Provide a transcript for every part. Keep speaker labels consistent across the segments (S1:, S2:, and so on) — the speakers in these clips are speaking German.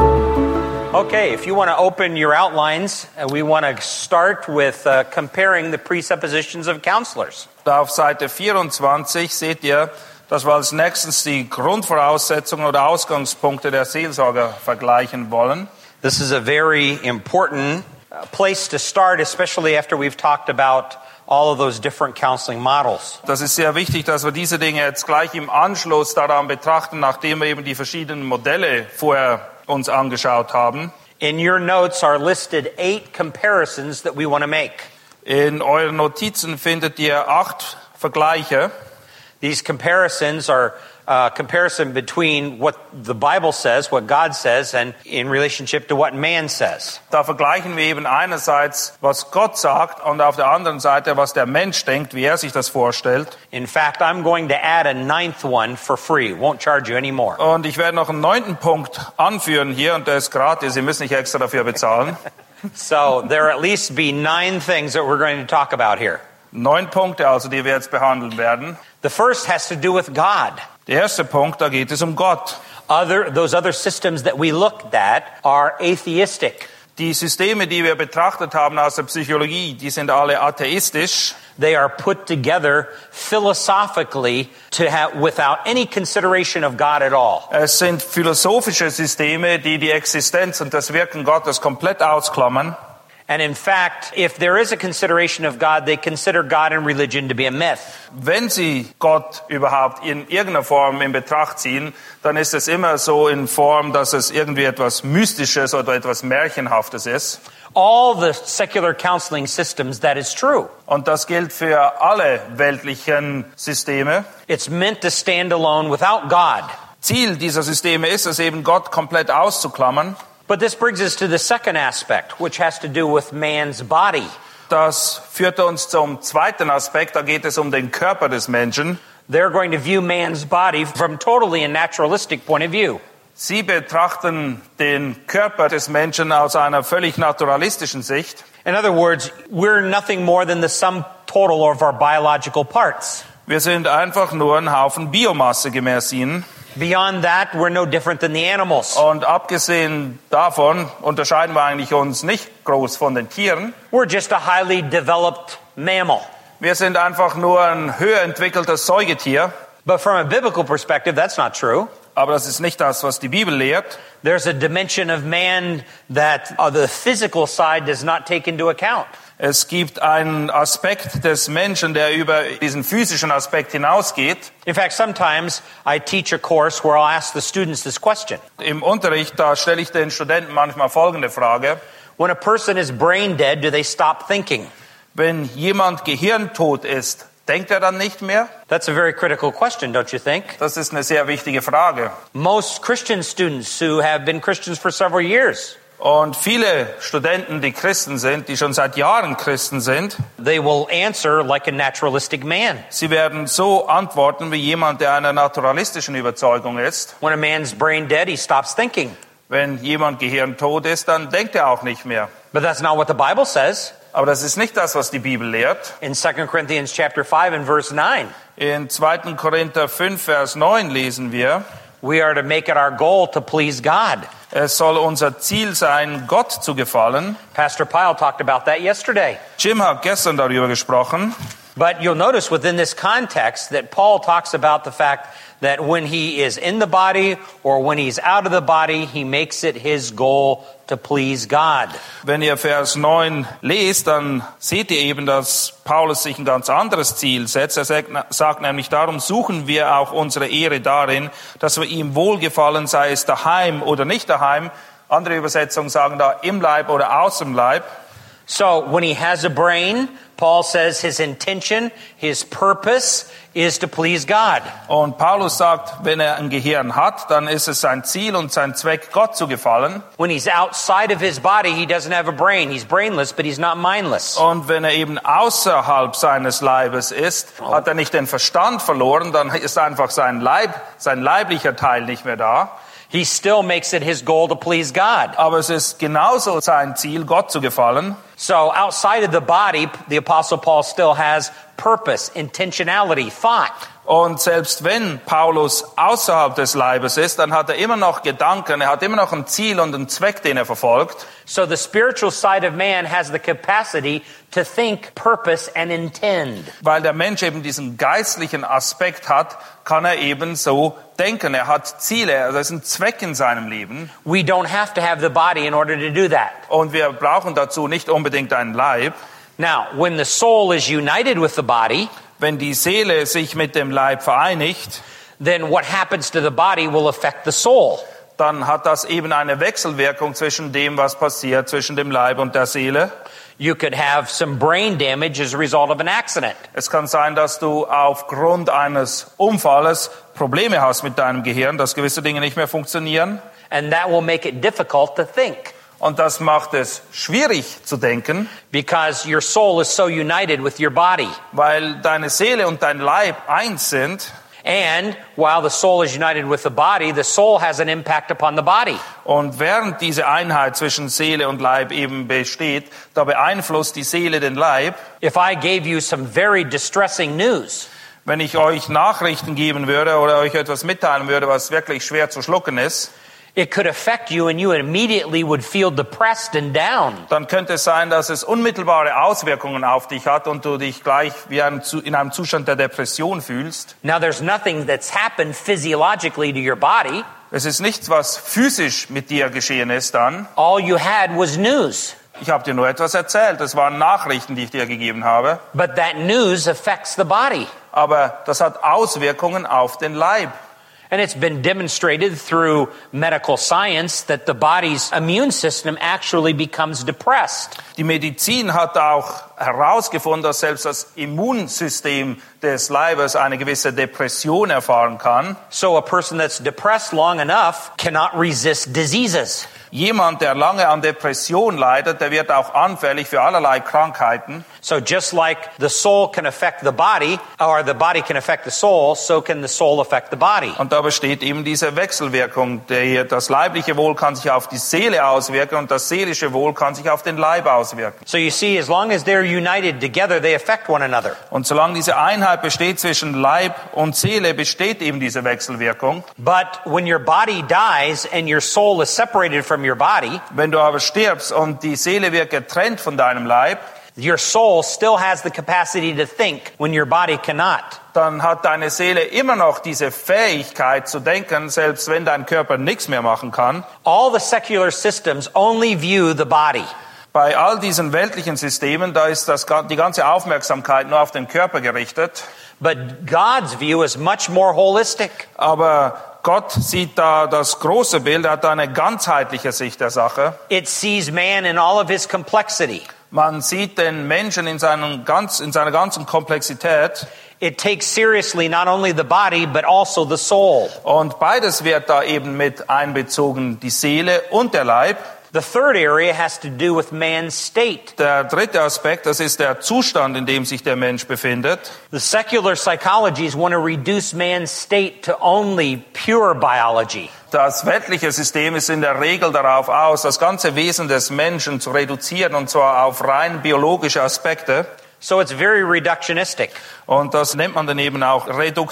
S1: Okay, if you want to open your outlines, uh, we want to start with uh, comparing the presuppositions of counselors.
S2: Da auf Seite 24 seht ihr, dass wir als nächstes die Grundvoraussetzungen oder Ausgangspunkte der Seelsorge vergleichen wollen.
S1: This is a very important uh, place to start, especially after we've talked about all of those different counseling models.
S2: Das ist sehr wichtig, dass wir diese Dinge jetzt gleich im Anschluss daran betrachten, nachdem wir eben die verschiedenen Modelle vorher uns angeschaut haben.
S1: In your notes are listed eight comparisons that we want to make.
S2: In euren Notizen findet ihr acht Vergleiche.
S1: These comparisons are uh, comparison between what the Bible says, what God says, and in relationship to what man says.
S2: Da vergleichen wir eben einerseits, was Gott sagt und auf der anderen Seite, was der Mensch denkt, wie er sich das vorstellt.
S1: In fact, I'm going to add a ninth one for free. Won't charge you any more.
S2: Und ich werde noch einen neunten Punkt anführen hier und der ist gratis, ihr müsst nicht extra dafür bezahlen.
S1: So there at least be nine things that we're going to talk about here.
S2: Neun Punkte also, die wir jetzt behandeln werden.
S1: The first has to do with God.
S2: Der erste Punkt, da geht es um Gott.
S1: Other those other systems that we looked at are atheistic.
S2: Die Systeme, die wir betrachtet haben aus der Psychologie, die sind alle atheistisch.
S1: They are put together philosophically to have without any consideration of God at all.
S2: Es sind philosophische Systeme, die die Existenz und das Wirken Gottes komplett ausklammern.
S1: And in fact, if there is a consideration of God, they consider God and religion to be a myth.
S2: Wenn sie Gott überhaupt in irgendeiner Form in Betracht ziehen, dann ist es immer so in Form, dass es irgendwie etwas Mystisches oder etwas Märchenhaftes ist.
S1: All the secular counseling systems, that is true.
S2: Und das gilt für alle weltlichen Systeme.
S1: It's meant to stand alone without God.
S2: Ziel dieser Systeme ist es eben, Gott komplett auszuklammern.
S1: But this brings us to the second aspect, which has to do with man's body.
S2: Das führt uns zum zweiten Aspekt, da geht es um den Körper des Menschen.
S1: They're going to view man's body from totally a naturalistic point of view.
S2: Sie betrachten den Körper des Menschen aus einer völlig naturalistischen Sicht.
S1: In other words, we're nothing more than the sum total of our biological parts.
S2: Wir sind einfach nur ein Haufen Biomasse gemäß ihnen.
S1: Beyond that, we're no different than the animals.
S2: Und abgesehen davon unterscheiden wir eigentlich uns nicht groß von den Tieren.
S1: We're just a highly developed mammal.
S2: Wir sind einfach nur ein höher entwickeltes Säugetier.
S1: But from a biblical perspective, that's not true.
S2: Aber das ist nicht das, was die Bibel lehrt.
S1: There's a dimension of man that uh, the physical side does not take into account.
S2: Es gibt einen Aspekt des Menschen, der über diesen physischen Aspekt hinausgeht.
S1: In fact, sometimes I teach a course where I'll ask the students this question.
S2: Im Unterricht, da stelle ich den Studenten manchmal folgende Frage.
S1: When a person is brain dead, do they stop thinking?
S2: Wenn jemand gehirntot ist, denkt er dann nicht mehr?
S1: That's a very critical question, don't you think?
S2: Das ist eine sehr wichtige Frage.
S1: Most Christian students who have been Christians for several years,
S2: Und viele Studenten, die Christen sind, die schon seit Jahren Christen sind,
S1: they will answer like a naturalistic man.
S2: sie werden so antworten wie jemand, der einer naturalistischen Überzeugung ist.
S1: When a man's brain dead, he stops thinking.
S2: Wenn jemand gehirntot ist, dann denkt er auch nicht mehr.
S1: But that's not what the Bible says.
S2: Aber das ist nicht das, was die Bibel lehrt.
S1: In 2 Corinthians chapter 5 and verse 9,
S2: In 2. Korinther 5, Vers 9 lesen wir,
S1: we are to make it our goal to please God.
S2: es soll unser Ziel sein, Gott zu gefallen.
S1: Pastor Pyle talked about that yesterday.
S2: Jim hat gestern darüber gesprochen.
S1: But you'll notice within this context that Paul talks about the fact that when he is in the body or when he's out of the body, he makes it his goal to please God.
S2: Wenn ihr Vers 9 lest, dann seht ihr eben, dass Paulus sich ein ganz anderes Ziel setzt. Er sagt, sagt nämlich, darum suchen wir auch unsere Ehre darin, dass wir ihm wohlgefallen, sei es daheim oder nicht daheim. Andere Übersetzungen sagen da im Leib oder aus dem Leib.
S1: So when he has a brain, Paul says his intention, his purpose is to please God.
S2: Und Paulus sagt, wenn er ein Gehirn hat, dann ist es sein Ziel und sein Zweck, Gott zu gefallen.
S1: When he's outside of his body, he doesn't have a brain. He's brainless, but he's not mindless.
S2: Und wenn er eben außerhalb seines Leibes ist, hat er nicht den Verstand verloren, dann ist einfach sein Leib, sein leiblicher Teil nicht mehr da.
S1: He still makes it his goal to please God.
S2: Aber es ist genauso sein Ziel, Gott zu gefallen.
S1: So outside of the body, the apostle Paul still has purpose, intentionality, thought.
S2: Und selbst wenn Paulus außerhalb des Leibes ist, dann hat er immer noch Gedanken, er hat immer noch ein Ziel und einen Zweck, den er verfolgt.
S1: So the spiritual side of man has the capacity to think, purpose, and intend.
S2: Weil der Mensch eben diesen geistlichen Aspekt hat, kann er eben so denken. Er hat Ziele, also es ist ein Zweck in seinem Leben.
S1: We don't have to have the body in order to do that.
S2: Und wir brauchen dazu nicht unbedingt einen Leib.
S1: Now, when the soul is united with the body,
S2: Wenn die Seele sich mit dem Leib vereinigt,
S1: then what happens to the body will affect the soul.
S2: dann hat das eben eine Wechselwirkung zwischen dem, was passiert zwischen dem Leib und der Seele.
S1: You could have some brain damage as a result of an accident.
S2: Es kann sein, dass du aufgrund eines Unfalles Probleme hast mit deinem Gehirn, dass gewisse Dinge nicht mehr funktionieren.
S1: And that will make it difficult to think
S2: Und das macht es schwierig zu denken,
S1: because your soul is so united with your body.
S2: weil deine Seele und dein Leib eins sind.
S1: And while the soul is united with the body, the soul has an impact upon the body.
S2: Und während diese Einheit zwischen Seele und Leib eben besteht, da beeinflusst die Seele den Leib.
S1: If I gave you some very distressing news,
S2: Wenn ich euch Nachrichten geben würde oder euch etwas mitteilen würde, was wirklich schwer zu schlucken ist,
S1: it could affect you and you immediately would feel depressed and down.
S2: dann könnte es sein, dass es unmittelbare Auswirkungen auf dich hat und du dich gleich wie ein, Zu- in einem Zustand der Depression fühlst.
S1: Now, there's nothing that's happened physiologically to your body.
S2: Es ist nichts, was physisch mit dir geschehen ist dann.
S1: All you had was news.
S2: Ich habe dir nur etwas erzählt. Es waren Nachrichten, die ich dir gegeben habe.
S1: But that news affects the body.
S2: Aber das hat Auswirkungen auf den Leib.
S1: And it's been demonstrated through medical science that the body's immune system actually becomes depressed.
S2: Die Medizin hat auch herausgefunden, dass selbst das Immunsystem des Leibes eine gewisse Depression erfahren kann.
S1: So a person that's depressed long enough cannot resist diseases.
S2: Jemand, der lange an Depression leidet, der wird auch anfällig für allerlei Krankheiten.
S1: So just like the soul can affect the body, or the body can affect the soul, so can the soul affect the body.
S2: Und da besteht eben diese Wechselwirkung. Der, das leibliche Wohl kann sich auf die Seele auswirken und das seelische Wohl kann sich auf den Leib auswirken.
S1: So you see, as long as they're united together, they affect one another.
S2: Und solange diese Einheit besteht zwischen Leib und Seele, besteht eben diese Wechselwirkung.
S1: But when your body dies and your soul is separated from your body,
S2: Wenn du aber stirbst und die Seele wird getrennt von deinem Leib,
S1: your soul still has the capacity to think when your body cannot.
S2: dann hat deine Seele immer noch diese Fähigkeit zu denken, selbst wenn dein Körper nichts mehr machen kann.
S1: All the secular systems only view the body.
S2: Bei all diesen weltlichen Systemen, da ist das, ga- die ganze Aufmerksamkeit nur auf den Körper gerichtet.
S1: But God's view is much more holistic.
S2: Aber Gott sieht da das große Bild, er hat da eine ganzheitliche Sicht der Sache.
S1: It sees man in all of his complexity.
S2: Man sieht den Menschen in, seinem ganz, in seiner ganzen Komplexität
S1: It takes seriously not only the body, but also the soul.
S2: und beides wird da eben mit einbezogen, die Seele und der Leib.
S1: The third area has to do with man's state.
S2: Der dritte Aspekt, das ist der Zustand, in dem sich der Mensch befindet.
S1: The secular psychologies want to reduce man's state to only pure biology.
S2: Das weltliche System ist in der Regel darauf aus, das ganze Wesen des Menschen zu reduzieren, und zwar auf rein biologische Aspekte.
S1: So it's very reductionistic.
S2: Und das nennt man dann eben auch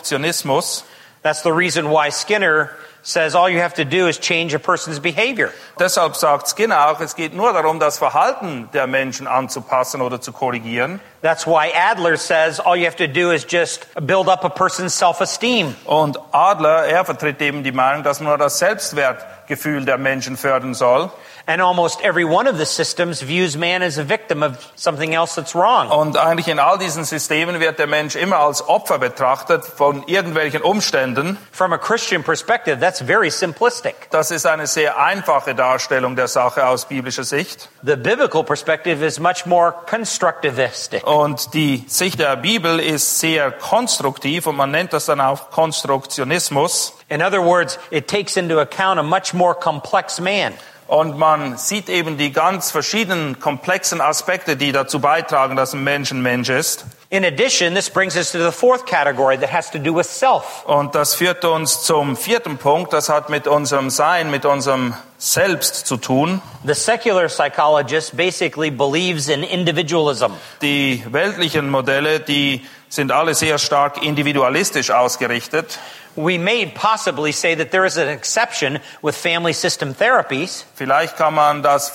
S2: Reduktionismus.
S1: That's the reason why Skinner says all you have to do is change a person's behavior.
S2: Deshalb sagt Skinner auch, es geht nur darum, das Verhalten der Menschen anzupassen oder zu korrigieren.
S1: That's why Adler says all you have to do is just build up a person's self esteem.
S2: Und Adler, er vertritt eben die Meinung, dass man nur das Selbstwertgefühl der Menschen fördern soll.
S1: And almost every one of the systems views man as a victim of something else that's wrong.
S2: Und eigentlich in all diesen Systemen wird der Mensch immer als Opfer betrachtet von irgendwelchen Umständen.
S1: From a Christian perspective, that's very simplistic.
S2: Das ist eine sehr einfache Darstellung der Sache aus biblischer Sicht.
S1: The biblical perspective is much more constructivistic.
S2: Und die Sicht der Bibel ist sehr konstruktiv und man nennt das dann auch Konstruktionismus.
S1: In other words, it takes into account a much more complex man.
S2: Und man sieht eben die ganz verschiedenen komplexen Aspekte, die dazu beitragen, dass ein Mensch ein Mensch ist.
S1: In addition, this brings us to the fourth category that has to do with self.
S2: Und das führt uns zum vierten Punkt. Das hat mit unserem Sein, mit unserem Selbst zu tun.
S1: The secular psychologist basically believes in individualism.
S2: Die weltlichen Modelle, die sind alle sehr stark individualistisch ausgerichtet.
S1: We may possibly say that there is an exception with family system therapies,
S2: Vielleicht kann man das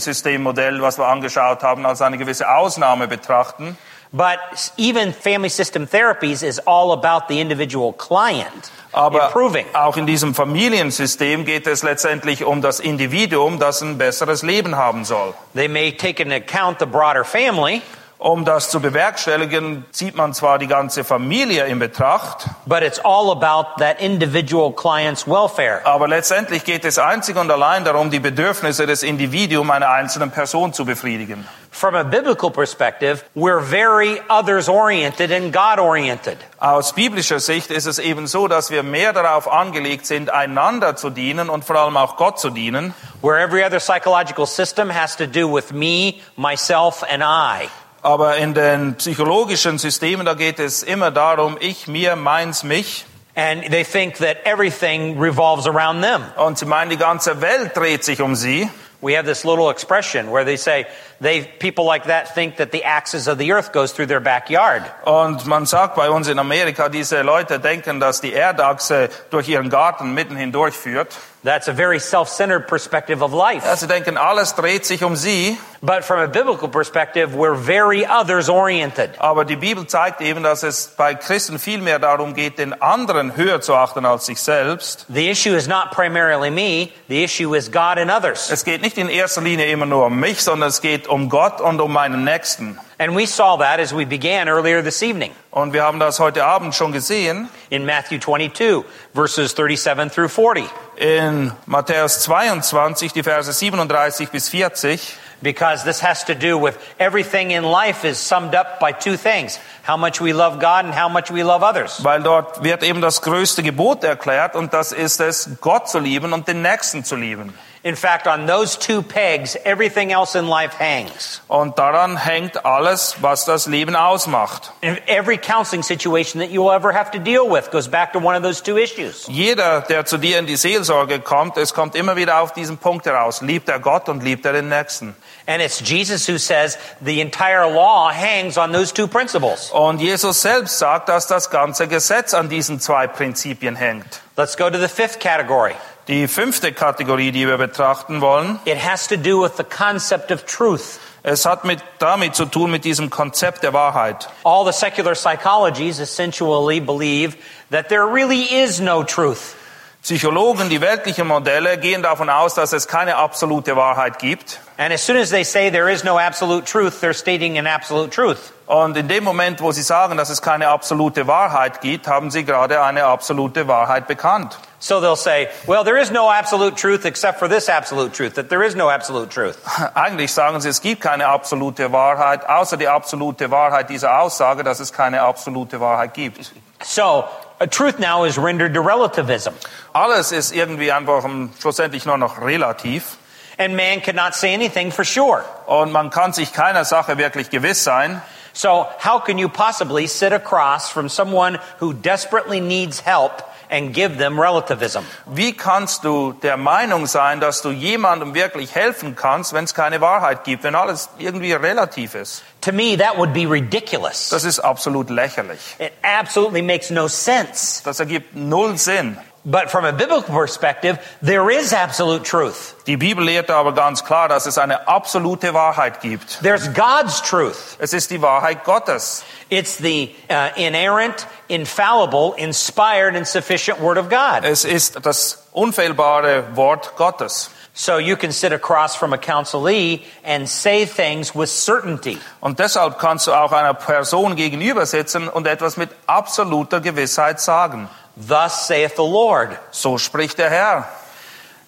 S2: Familiensystemmodell, was wir angeschaut haben, als eine gewisse Ausnahme betrachten.
S1: but even family system therapies is all about the individual client
S2: Aber
S1: improving.
S2: auch in diesem Familiensystem geht es letztendlich um das Individuum, das ein besseres Leben haben soll.
S1: They may take into account the broader family,
S2: Um das zu bewerkstelligen, zieht man zwar die ganze Familie in Betracht,
S1: but it's all about that individual client's welfare.
S2: aber letztendlich geht es einzig und allein darum, die Bedürfnisse des Individuums einer einzelnen Person zu befriedigen.
S1: From a biblical perspective, we're very others oriented and God oriented.
S2: Aus biblischer Sicht ist es eben so, dass wir mehr darauf angelegt sind, einander zu dienen und vor allem auch Gott zu dienen.
S1: Where every other psychological system has to do with me, myself, and I.
S2: Aber in den psychologischen Systemen, da geht es immer darum, ich, mir, meins, mich.
S1: And they think that everything revolves around them.
S2: Und sie meinen, die ganze Welt dreht sich um sie.
S1: We have this little expression where they say they people like that think that the axis of the earth goes through their backyard.
S2: Und man sagt bei uns in Amerika, diese Leute denken, dass die Erdachse durch ihren Garten mitten hindurch führt.
S1: That's a very self-centered perspective of life.
S2: Ja, sie denken, alles dreht sich um sie.
S1: But from a biblical perspective, we're very others oriented.
S2: Aber die Bibel zeigt eben, dass es bei Christen viel mehr darum geht, den anderen höher zu achten als sich selbst.
S1: The issue is not primarily me, the issue is God and others.
S2: Es geht nicht in erster Linie immer nur um mich, sondern es geht um Gott und um meinen Nächsten.
S1: And we saw that as we began earlier this evening
S2: Und wir haben das heute Abend schon gesehen.
S1: in Matthew 22, verses 37 through 40.
S2: in Matthäus 22, die Verse 37 bis 40.
S1: Because this has to do with everything in life is summed up by two things how much we love God and how much we love others.
S2: Weil dort wird eben das größte Gebot erklärt und das ist es, Gott zu lieben und den Nächsten zu lieben.
S1: In fact, on those two pegs, everything else in life hangs.
S2: Und daran hängt alles, was das Leben ausmacht.
S1: And every counseling situation that you will ever have to deal with goes back to one of those two issues.
S2: Jeder, der zu dir in die Seelsorge kommt, es kommt immer wieder auf diesen Punkt heraus. Liebt er Gott und liebt er den Nächsten.
S1: And it's Jesus who says the entire law hangs on those two principles.
S2: Und Jesus selbst sagt, dass das ganze Gesetz an diesen zwei Prinzipien hängt.
S1: Let's go to the fifth category.
S2: Die fünfte Kategorie, die wir betrachten wollen,
S1: It has to do with the concept of truth.
S2: es hat mit, damit zu tun, mit diesem Konzept der Wahrheit.
S1: All the secular psychologies essentially believe that there really is no truth.
S2: Psychologen, die weltlichen Modelle gehen davon aus, dass es keine absolute Wahrheit gibt.
S1: And as soon as they say there is no absolute truth, they're stating an absolute truth.
S2: Und in dem Moment, wo sie sagen, dass es keine absolute Wahrheit gibt, haben sie gerade eine absolute Wahrheit bekannt.
S1: So they'll say, well, there is no absolute truth except for this absolute truth, that there is no absolute truth.
S2: Eigentlich sagen sie, es gibt keine absolute Wahrheit, außer die absolute Wahrheit dieser Aussage, dass es keine absolute Wahrheit gibt.
S1: So a truth now is rendered to relativism.
S2: Alles ist irgendwie einfach ähm, schlussendlich nur noch relativ.
S1: And man cannot say anything for sure.
S2: Und man kann sich keiner Sache wirklich gewiss sein.
S1: So how can you possibly sit across from someone who desperately needs help and give them relativism?
S2: Wie kannst du der Meinung sein, dass du jemandem wirklich helfen kannst, wenn es keine Wahrheit gibt, wenn alles irgendwie relativ ist?
S1: To me, that would be ridiculous.
S2: Das ist absolut lächerlich.
S1: It absolutely makes no sense.
S2: Das ergibt null Sinn.
S1: But from a biblical perspective, there is absolute truth.
S2: Die Bibel lehrt aber ganz klar, dass es eine absolute Wahrheit gibt.
S1: There's God's truth.
S2: Es ist die Wahrheit Gottes.
S1: It's the uh, inerrant, infallible, inspired, and sufficient Word of God.
S2: Es ist das unfehlbare Wort Gottes.
S1: So you can sit across from a counselee and say things with certainty.
S2: Und deshalb kannst du auch einer Person gegenüber sitzen und etwas mit absoluter Gewissheit sagen.
S1: Thus saith the Lord.
S2: So spricht der Herr.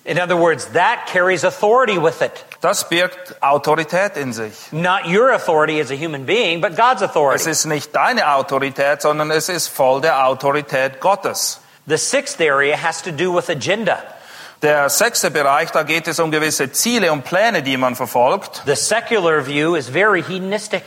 S1: In other words, that carries authority with it.
S2: Das birgt Autorität in sich.
S1: Not your authority as a human being, but God's
S2: Es
S1: authority.
S2: ist nicht deine Autorität, sondern es ist voll der Autorität Gottes.
S1: The sixth area has to do with agenda.
S2: Der sechste Bereich, da geht es um gewisse Ziele und Pläne, die man verfolgt.
S1: The secular view is very hedonistic.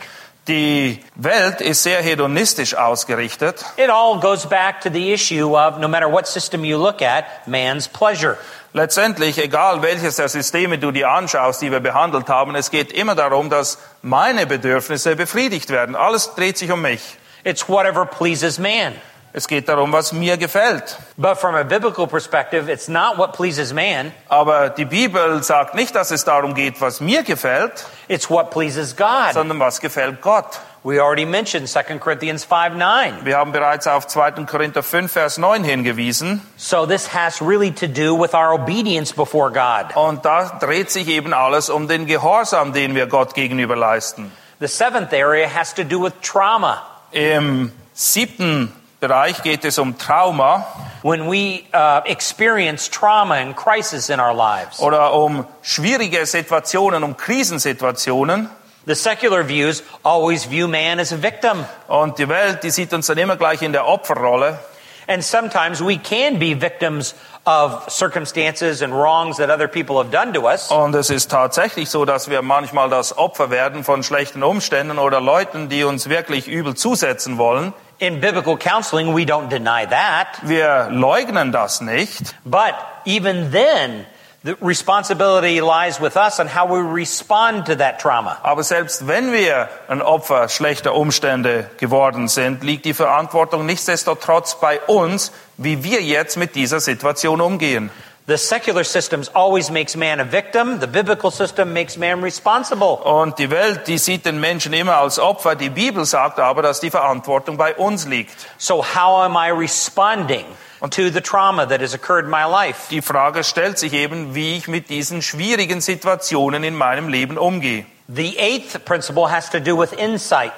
S2: Die Welt ist sehr hedonistisch ausgerichtet.
S1: It all goes back to the issue of no matter what system you look at, man's pleasure.
S2: Letztendlich, egal welches der Systeme du dir anschaust, die wir behandelt haben, es geht immer darum, dass meine Bedürfnisse befriedigt werden. Alles dreht sich um mich.
S1: It's whatever pleases man.
S2: Es geht darum, was mir gefällt.
S1: But from a biblical perspective, it's not what pleases man,
S2: Aber die Bibel sagt nicht, dass es darum geht, was mir gefällt,
S1: it's what pleases God.
S2: sondern was gefällt Gott.
S1: We already mentioned 2 Corinthians 5 9.
S2: Wir haben bereits auf 2. Korinther 5, Vers 9 hingewiesen.
S1: So this has really to do with our obedience before God.
S2: Und da dreht sich eben alles um den Gehorsam, den wir Gott gegenüber leisten.
S1: The seventh area has to do with trauma.
S2: Im siebten Bereich geht es um Trauma
S1: When we uh, experience trauma and crisis in our lives,
S2: oder um schwierige Situationen, um Krisensituationen.
S1: the secular views always view man as a victim.
S2: Und die Welt, die sieht uns dann immer gleich in der Opferrolle.
S1: And sometimes we can be victims of circumstances and wrongs that other people have done to us.
S2: Und es ist tatsächlich so, dass wir manchmal das Opfer werden von schlechten Umständen oder Leuten, die uns wirklich übel zusetzen wollen.
S1: In biblical counseling, we don't deny that.
S2: Wir leugnen das nicht.
S1: But even then, the responsibility lies with us on how we respond to that trauma.
S2: Aber selbst wenn wir ein Opfer schlechter Umstände geworden sind, liegt die Verantwortung nichtsdestotrotz bei uns, wie wir jetzt mit dieser Situation umgehen.
S1: The secular systems always makes man a victim. The biblical system makes man responsible.
S2: Und die Welt, die sieht den Menschen immer als Opfer. Die Bibel sagt aber, dass die Verantwortung bei uns liegt.
S1: So how am I responding to the trauma that has occurred in my life?
S2: Die Frage stellt sich eben, wie ich mit diesen schwierigen Situationen in meinem Leben umgehe.
S1: The eighth principle has to do with insight.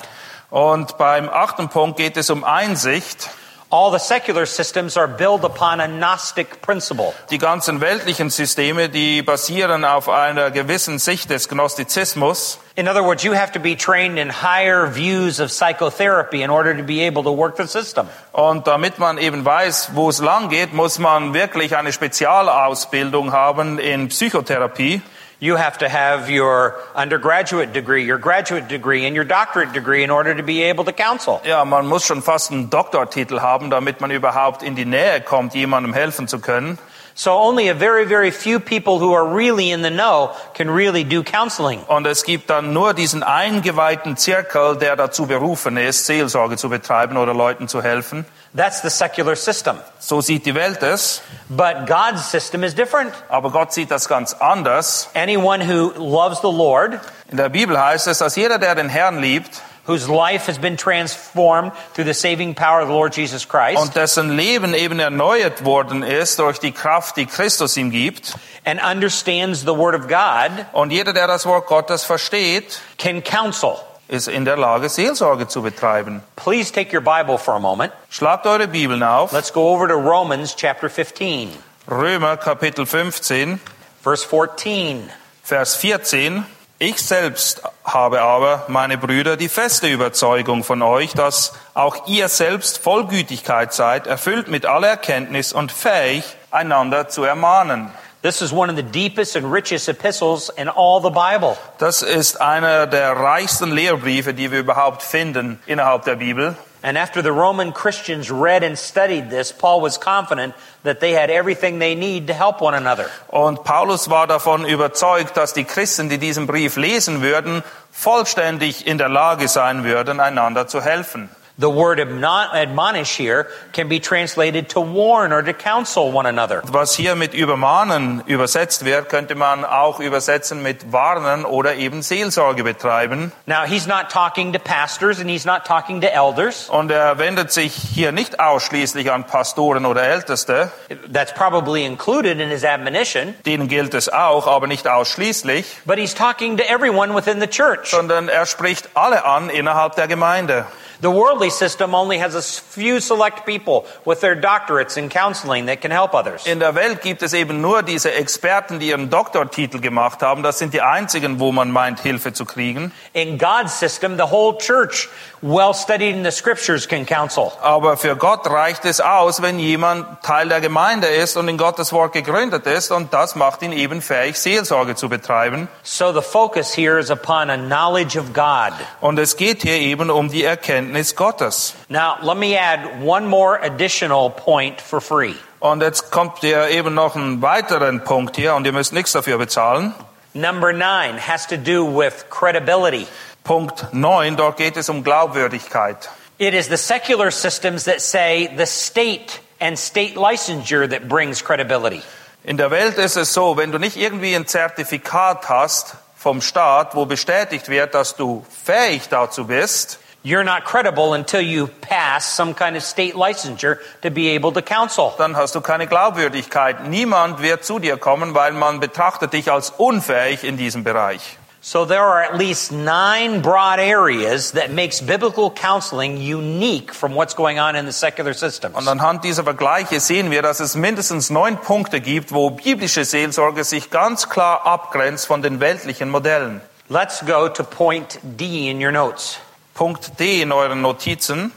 S2: Und beim achten Punkt geht es um Einsicht.
S1: All the secular systems are built upon a Gnostic principle.
S2: Die ganzen weltlichen Systeme, die basieren auf einer gewissen Sicht des Gnostizismus.
S1: In other words, you have to be trained in higher views of psychotherapy in order to be able to work the system.
S2: Und damit man eben weiß, wo es lang geht, muss man wirklich eine Spezialausbildung haben in Psychotherapie.
S1: You have to have your undergraduate degree, your graduate degree, and your doctorate degree in order to be able to counsel.
S2: Ja, man muss schon fast einen Doktortitel haben, damit man überhaupt in die Nähe kommt, jemandem helfen zu können.
S1: So only a very, very few people who are really in the know can really do counseling.
S2: Und es gibt dann nur diesen eingeweihten Zirkel, der dazu berufen ist, Seelsorge zu betreiben oder Leuten zu helfen.
S1: That's the secular system.
S2: So sieht die Welt es.
S1: But God's system is different.
S2: Aber Gott sieht das ganz anders.
S1: Anyone who loves the Lord,
S2: In der Bibel heißt es, dass jeder, der den Herrn liebt
S1: whose life has been transformed through the saving power of the Lord Jesus Christ,
S2: und dessen Leben eben erneuert worden ist durch die Kraft, die Christus ihm gibt,
S1: and understands the Word of God
S2: Und jeder, der das Wort Gottes versteht,
S1: can counsel.
S2: ist in der Lage, Seelsorge zu betreiben.
S1: Please take your Bible for a moment.
S2: Schlagt eure Bibeln auf.
S1: Let's go over to Romans chapter 15,
S2: Römer Kapitel 15,
S1: verse 14.
S2: Vers 14. Ich selbst habe aber, meine Brüder, die feste Überzeugung von euch, dass auch ihr selbst voll Gütigkeit seid, erfüllt mit aller Erkenntnis und fähig, einander zu ermahnen.
S1: This is one of the deepest and richest epistles in all the Bible.
S2: Das ist einer der reichsten Lehrbriefe, die wir überhaupt finden innerhalb der Bibel.
S1: And after the Roman Christians read and studied this, Paul was confident that they had everything they need to help one another.
S2: Und Paulus war davon überzeugt, dass die Christen, die diesen Brief lesen würden, vollständig in der Lage sein würden, einander zu helfen.
S1: The word admon- admonish here can be translated to warn or to counsel one another.
S2: Was hier mit übermahnen übersetzt wird, könnte man auch übersetzen mit warnen oder eben Seelsorge betreiben.
S1: Now, he's not talking to pastors and he's not talking to elders.
S2: Und er wendet sich hier nicht ausschließlich an Pastoren oder Älteste,
S1: That's probably included in his admonition,
S2: denen gilt es auch, aber nicht ausschließlich,
S1: but he's talking to everyone within the church.
S2: sondern er spricht alle an innerhalb der Gemeinde.
S1: The worldly system only has a s- few select people with their doctorates in counseling that can help others.
S2: In der Welt gibt es eben nur diese Experten, die ihren Doktortitel gemacht haben. Das sind die einzigen, wo man meint, Hilfe zu kriegen.
S1: In God's system, the whole church, well studied in the scriptures, can counsel.
S2: Aber für Gott reicht es aus, wenn jemand Teil der Gemeinde ist und in Gottes Wort gegründet ist. Und das macht ihn eben fähig, Seelsorge zu betreiben.
S1: So the focus here is upon a knowledge of God.
S2: Und es geht hier eben um die Erkenntnis Gottes.
S1: Now, let me add one more additional point for free.
S2: Und jetzt kommt hier eben noch einen weiteren Punkt hier und ihr müsst nichts dafür bezahlen.
S1: Number nine has to do with credibility.
S2: Punkt 9, dort geht es um Glaubwürdigkeit.
S1: It is the secular systems that say the state and state licensure that brings credibility.
S2: In der Welt ist es so, wenn du nicht irgendwie ein Zertifikat hast vom Staat, wo bestätigt wird, dass du fähig dazu bist,
S1: You're not credible until you pass some kind of state licensure to be able to counsel.
S2: dann hast du keine Glaubwürdigkeit. Niemand wird zu dir kommen, weil man betrachtet dich als unfähig in diesem Bereich.
S1: So there are at least nine broad areas that makes biblical counseling unique from what's going on in the secular systems.
S2: Und anhand dieser Vergleiche sehen wir, dass es mindestens neun Punkte gibt, wo biblische Seelsorge sich ganz klar abgrenzt von den weltlichen Modellen.
S1: Let's go to point D in your notes.
S2: Punkt D in euren Notizen.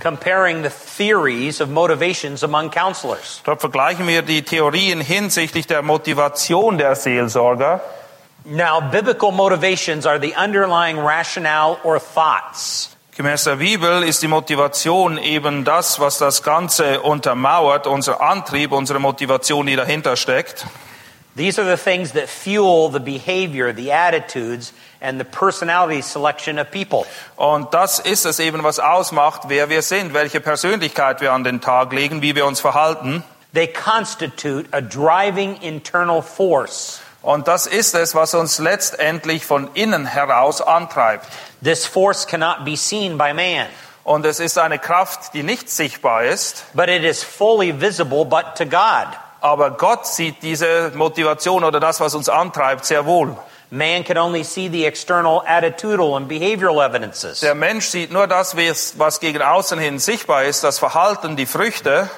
S1: comparing the theories of motivations among counselors.
S2: Dort vergleichen wir die Theorien hinsichtlich der Motivation der Seelsorger.
S1: Now, biblical motivations are the underlying rationale or thoughts.
S2: Gemäß der Bibel ist die Motivation eben das, was das Ganze untermauert, unser Antrieb, unsere Motivation, die dahinter steckt.
S1: These are the things that fuel the behavior, the attitudes, and the personality selection of people.
S2: Und das ist es eben, was ausmacht, wer wir sind, welche Persönlichkeit wir an den Tag legen, wie wir uns verhalten.
S1: They constitute a driving internal force.
S2: Und das ist es, was uns letztendlich von innen heraus antreibt.
S1: This force cannot be seen by man,
S2: Und es ist eine Kraft, die nicht sichtbar ist,
S1: but it is fully visible but to God.
S2: aber Gott sieht diese Motivation oder das, was uns antreibt, sehr wohl.
S1: Man can only see the external attitudinal and behavioral evidences.
S2: Der Mensch sieht nur das, was gegen außen hin sichtbar ist, das Verhalten, die Früchte.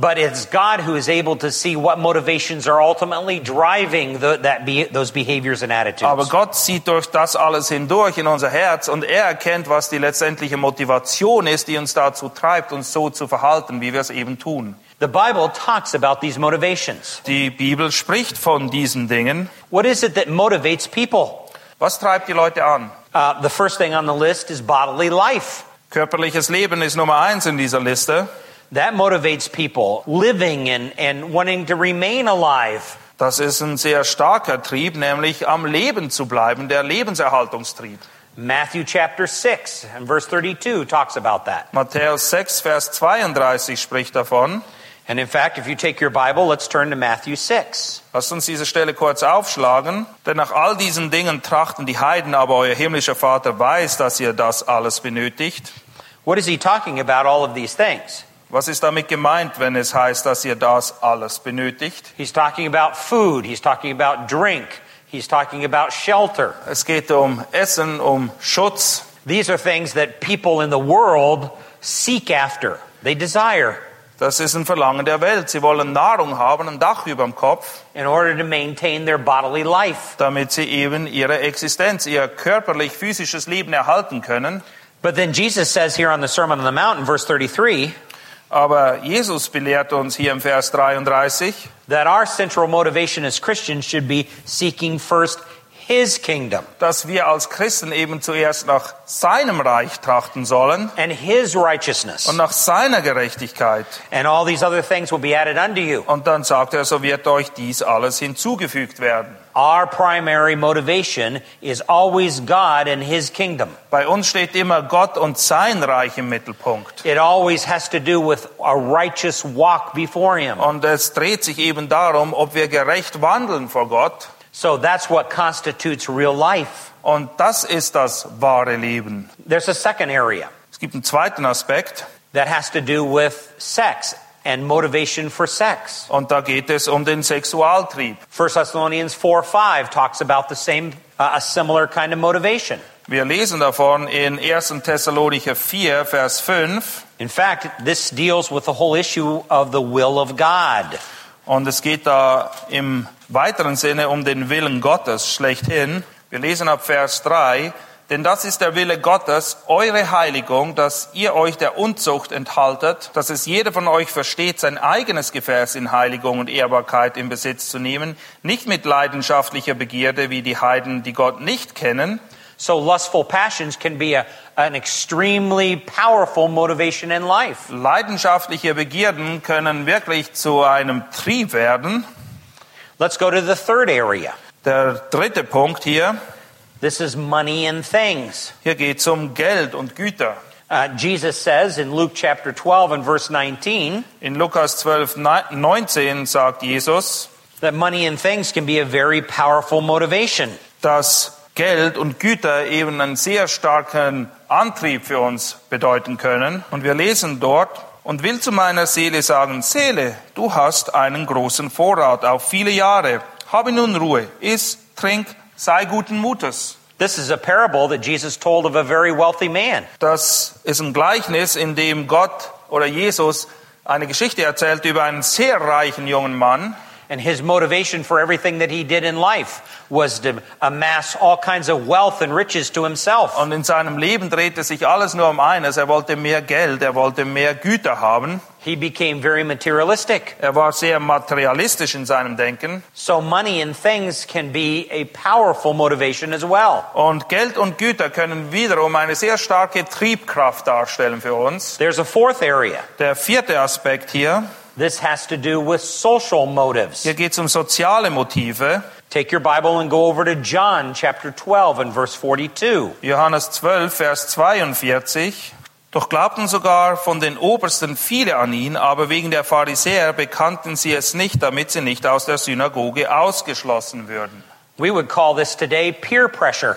S1: But it's God who is able to see what motivations are ultimately driving the, that be, those behaviors and attitudes.
S2: Aber Gott sieht durch das alles hindurch in unser Herz und er erkennt, was die letztendliche Motivation ist, die uns dazu treibt, uns so zu verhalten, wie wir es eben tun.
S1: the Bible talks about these motivations.
S2: Die Bibel spricht von diesen Dingen.
S1: What is it that motivates people?
S2: Was treibt die Leute an?
S1: Uh, the first thing on the list is bodily life.
S2: Körperliches Leben ist Nummer eins in dieser Liste.
S1: That motivates people living and, and wanting to remain alive.
S2: Das ist ein sehr starker Trieb, nämlich am Leben zu bleiben, der Lebenserhaltungstrieb.
S1: Matthew chapter 6 and verse 32 talks about that.
S2: Matthäus 6, Vers 32 spricht davon.
S1: And in fact, if you take your Bible, let's turn to Matthew 6.
S2: Lasst uns diese Stelle kurz aufschlagen, denn nach all diesen Dingen trachten die Heiden, aber euer himmlischer Vater weiß, dass ihr das alles benötigt.
S1: What is he talking about, all of these things?
S2: Was ist damit gemeint, wenn es heißt, dass ihr das alles benötigt?
S1: He's talking about food. He's talking about drink. He's talking about shelter.
S2: Es geht um Essen, um Schutz.
S1: These are things that people in the world seek after, they desire
S2: Das ist ein Verlangen der Welt. Sie wollen Nahrung haben, ein Dach über dem Kopf,
S1: in order to maintain their bodily life.
S2: damit sie eben ihre Existenz, ihr körperlich-physisches Leben erhalten können.
S1: But then Jesus says here on the Sermon on the Mount in verse 33
S2: Aber Jesus belehrt uns hier im Vers 33,
S1: that our central motivation as Christians should be seeking first his kingdom
S2: dass wir als Christen eben zuerst nach seinem Reich trachten sollen
S1: and his righteousness,
S2: und nach seiner Gerechtigkeit.
S1: and all these other things will be added unto you.
S2: Und dann sagt er, so wird euch dies alles hinzugefügt werden.
S1: Our primary motivation is always God and his kingdom.
S2: Bei uns steht immer Gott und sein Reich im Mittelpunkt.
S1: It always has to do with a righteous walk before him.
S2: Und es dreht sich eben darum, ob wir gerecht wandeln vor Gott.
S1: So that's what constitutes real life.
S2: Und das ist das wahre Leben.
S1: There's a second area
S2: Es gibt einen zweiten Aspekt.
S1: that has to do with sex and motivation for sex.
S2: Und da geht es um den Sexualtrieb.
S1: 1 Thessalonians 4 5 talks about the same, uh, a similar kind of motivation.
S2: Wir lesen davon in 1. Thessalonicher 4, Vers 5.
S1: In fact, this deals with the whole issue of the will of God.
S2: Und es geht da im weiteren Sinne um den Willen Gottes schlechthin. Wir lesen ab Vers 3. Denn das ist der Wille Gottes, eure Heiligung, dass ihr euch der Unzucht enthaltet, dass es jeder von euch versteht, sein eigenes Gefäß in Heiligung und Ehrbarkeit in Besitz zu nehmen, nicht mit leidenschaftlicher Begierde wie die Heiden, die Gott nicht kennen,
S1: So lustful passions can be a, an extremely powerful motivation in life.
S2: Leidenschaftliche Begierden können wirklich zu einem Trieb werden.
S1: Let's go to the third area.
S2: Der dritte Punkt hier,
S1: This is money and things.
S2: hier geht es um Geld und Güter.
S1: Uh, Jesus says in Luke chapter 12 and verse 19
S2: In Lukas 12, ne- 19 sagt Jesus,
S1: that money and things can be a very powerful motivation.
S2: dass Geld und Güter eben einen sehr starken Antrieb für uns bedeuten können. Und wir lesen dort, und will zu meiner Seele sagen, Seele, du hast einen großen Vorrat auf viele Jahre. Habe nun Ruhe, iss, trink, sei guten Mutes.
S1: This is a parable that Jesus told of a very wealthy man.
S2: Das ist ein Gleichnis, in dem Gott oder Jesus eine Geschichte erzählt über einen sehr reichen jungen Mann.
S1: And his motivation for everything that he did in life was to amass all kinds of wealth and riches to himself.
S2: Und in seinem Leben drehte sich alles nur um eines. Er wollte mehr Geld, er wollte mehr Güter haben.
S1: He became very materialistic.
S2: Er war sehr materialistisch in seinem Denken.
S1: So money and things can be a powerful motivation as well.
S2: Und Geld und Güter können wiederum eine sehr starke Triebkraft darstellen für uns.
S1: There's a fourth area.
S2: Der vierte Aspekt hier,
S1: This has to do with social motives.
S2: hier geht es um soziale Motive.
S1: Take your Bible and go over to John chapter 12 and verse 42.
S2: Johannes 12, Vers 42. Doch glaubten sogar von den Obersten viele an ihn, aber wegen der Pharisäer bekannten sie es nicht, damit sie nicht aus der Synagoge ausgeschlossen würden.
S1: We would call this today peer pressure,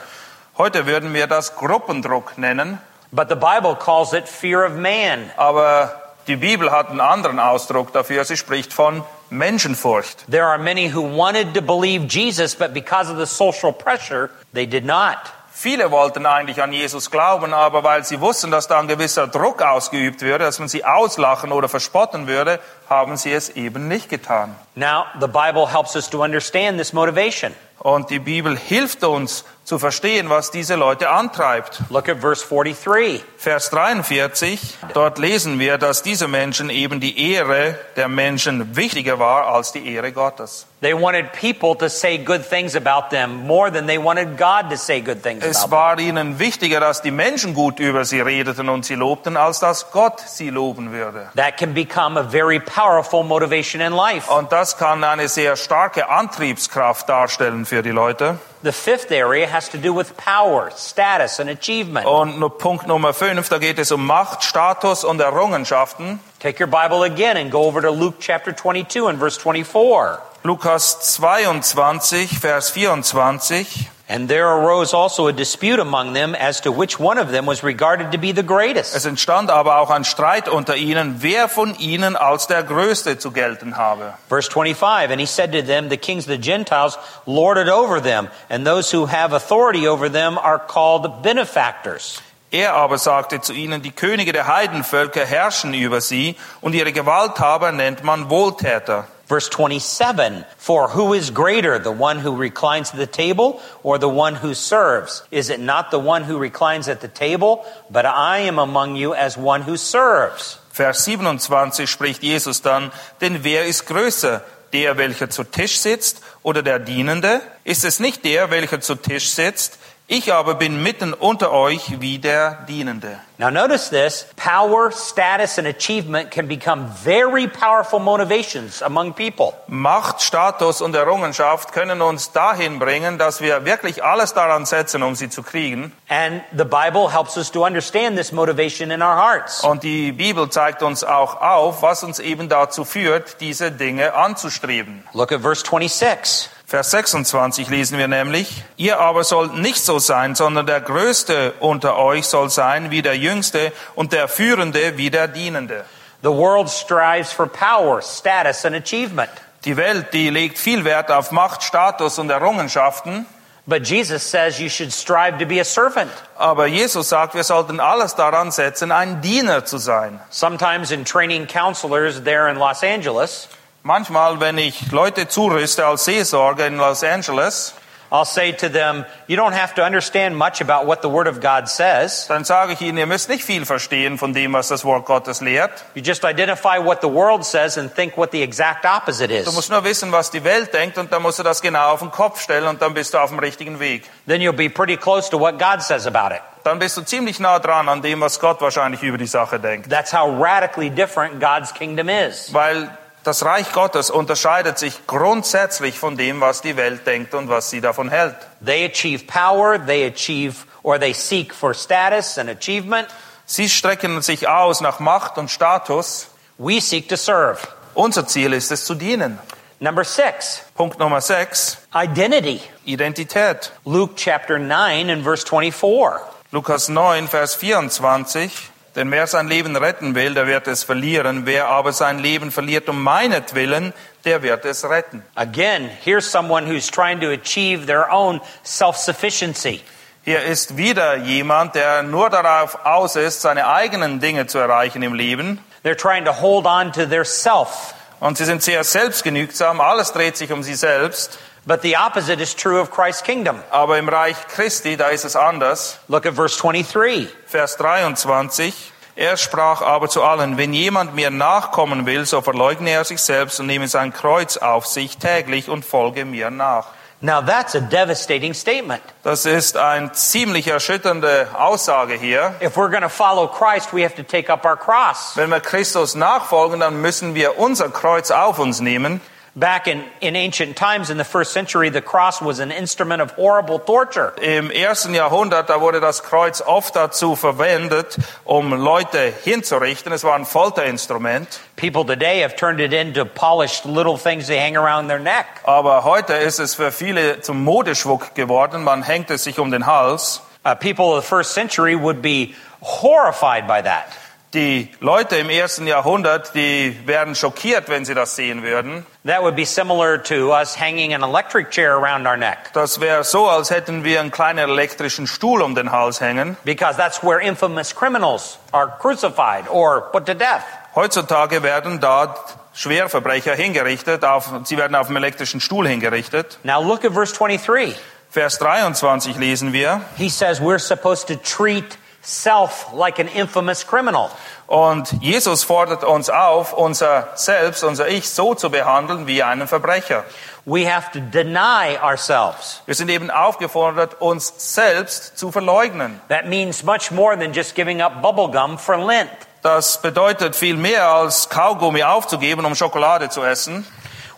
S2: Heute würden wir das Gruppendruck nennen,
S1: but the Bible calls it fear of man.
S2: aber die Bibel hat einen anderen Ausdruck dafür. Sie spricht von Menschenfurcht.
S1: There are many who wanted to believe Jesus, but because of the social pressure, they did not.
S2: Viele wollten eigentlich an Jesus glauben, aber weil sie wussten, dass da ein gewisser Druck ausgeübt würde, dass man sie auslachen oder verspotten würde, haben sie es eben nicht getan.
S1: Now, the Bible helps us to understand this motivation.
S2: Und die Bibel hilft uns zu verstehen, was diese Leute antreibt.
S1: Look at verse 43.
S2: Vers 43, dort lesen wir, dass diese Menschen eben die Ehre der Menschen wichtiger war als die Ehre Gottes.
S1: They wanted people to say good things about them more than they wanted God to say good things about
S2: Es
S1: them.
S2: war ihnen wichtiger, dass die Menschen gut über sie redeten und sie lobten, als dass Gott sie loben würde.
S1: That can become a very powerful motivation in life.
S2: Und das kann eine sehr starke Antriebskraft darstellen für die Leute.
S1: The fifth area has to do with power, status, and achievement.
S2: Und nur Punkt Nummer 5, da geht es um Macht, Status und Errungenschaften.
S1: Take your Bible again and go over to Luke chapter 22 and verse 24.
S2: Lukas 22, Vers 24.
S1: And there arose also a dispute among them as to which one of them was regarded to be the greatest.
S2: Es entstand aber auch ein Streit unter ihnen, wer von ihnen als der Größte zu gelten habe.
S1: Verse 25, and he said to them, The kings of the Gentiles lord it over them, and those who have authority over them are called benefactors.
S2: Er aber sagte zu ihnen, die Könige der Heidenvölker herrschen über sie und ihre Gewalthaber nennt man Wohltäter.
S1: Verse 27 For who is greater, the one who reclines at the table or the one who serves? Is it not the one who reclines at the table? But I am among you as one who serves.
S2: Vers 27 spricht Jesus dann, denn wer ist größer, der, welcher zu Tisch sitzt, oder der Dienende? Ist es nicht der, welcher zu Tisch sitzt? Ich aber bin mitten unter euch wie der Dienende.
S1: Now, notice this power, status, and achievement can become very powerful motivations among people.
S2: Macht, Status und Errungenschaft können uns dahin bringen, dass wir wirklich alles daran setzen, um sie zu kriegen.
S1: And the Bible helps us to understand this motivation in our hearts.
S2: Und die Bibel zeigt uns auch auf, was uns eben dazu führt, diese Dinge anzustreben.
S1: Look at verse 26.
S2: Vers 26 lesen wir nämlich, ihr aber sollt nicht so sein, sondern der Größte unter euch soll sein wie der Jüngste und der Führende wie der Dienende.
S1: The world strives for power, status, and achievement.
S2: Die Welt, die legt viel Wert auf Macht, Status und Errungenschaften,
S1: But Jesus says you should strive to be a servant.
S2: aber Jesus sagt, wir sollten alles daran setzen, ein Diener zu sein.
S1: Sometimes in training counselors there in Los Angeles,
S2: Manchmal, wenn ich Leute zurüste als Seelsorger in Los Angeles,
S1: I'll say to them, You don't have to understand much about what the Word of God says.
S2: dann sage ich ihnen, ihr müsst nicht viel verstehen von dem, was das Wort Gottes lehrt.
S1: You just identify what the world says and think what the exact opposite
S2: Du musst
S1: is.
S2: nur wissen, was die Welt denkt und dann musst du das genau auf den Kopf stellen und dann bist du auf dem richtigen Weg.
S1: Then you'll be pretty close to what God says about it.
S2: Dann bist du ziemlich nah dran an dem, was Gott wahrscheinlich über die Sache denkt.
S1: That's how radically different God's kingdom is.
S2: Weil das Reich Gottes unterscheidet sich grundsätzlich von dem, was die Welt denkt und was sie davon hält.
S1: They achieve power, they achieve or they seek for status and achievement.
S2: Sie strecken sich aus nach Macht und Status.
S1: We seek to serve.
S2: Unser Ziel ist es zu dienen.
S1: Number six,
S2: Punkt Nummer 6.
S1: identity.
S2: Identität.
S1: Luke chapter 9 and verse 24.
S2: Lukas 9, Vers 24. Denn wer sein Leben retten will, der wird es verlieren. Wer aber sein Leben verliert um meinetwillen, der wird es retten.
S1: Again, here's someone who's trying to achieve their own self sufficiency.
S2: Hier ist wieder jemand, der nur darauf aus ist, seine eigenen Dinge zu erreichen im Leben.
S1: They're trying to hold on to their self.
S2: Und sie sind sehr selbstgenügsam. Alles dreht sich um sie selbst.
S1: But the opposite is true of Christ's kingdom.
S2: Aber im Reich Christi, da ist es anders.
S1: Look at verse 23.
S2: Vers 23. Er sprach aber zu allen, wenn jemand mir nachkommen will, so verleugne er sich selbst und nehme sein Kreuz auf sich täglich und folge mir nach.
S1: Now that's a devastating statement.
S2: Das ist eine ziemlich erschütternde Aussage hier.
S1: If we're going to follow Christ, we have to take up our cross.
S2: Wenn wir Christus nachfolgen, dann müssen wir unser Kreuz auf uns nehmen.
S1: Back in, in ancient times, in the first century, the cross was an instrument of horrible torture.
S2: Im ersten Jahrhundert, da wurde das Kreuz oft dazu verwendet, um Leute hinzurichten. Es war ein Folterinstrument.
S1: People today have turned it into polished little things they hang around their neck.
S2: Aber heute ist es für viele zum Modeschmuck geworden. Man hängt es sich um den Hals.
S1: Uh, people of the first century would be horrified by that.
S2: Die Leute im ersten Jahrhundert, die wären schockiert, wenn sie das sehen würden.
S1: That would be similar to us hanging an electric chair around our neck,
S2: Das wäre so, als hätten wir einen kleinen elektrischen Stuhl um den Hals hängen.
S1: because that's where infamous criminals are crucified or put to death.
S2: Heutzutage werden dort Schwerverbrecher hingerichtet. Auf, sie werden auf dem elektrischen Stuhl hingerichtet.
S1: Now look at verse 23.
S2: Vers 23 lesen wir.
S1: He says we're supposed to treat self like an infamous criminal.
S2: Und Jesus fordert uns auf, unser Selbst, unser Ich so zu behandeln wie einen Verbrecher.
S1: We have to deny ourselves.
S2: Wir sind eben aufgefordert, uns selbst zu verleugnen.
S1: That means much more than just giving up bubble gum for Lent.
S2: Das bedeutet viel mehr als Kaugummi aufzugeben, um Schokolade zu essen.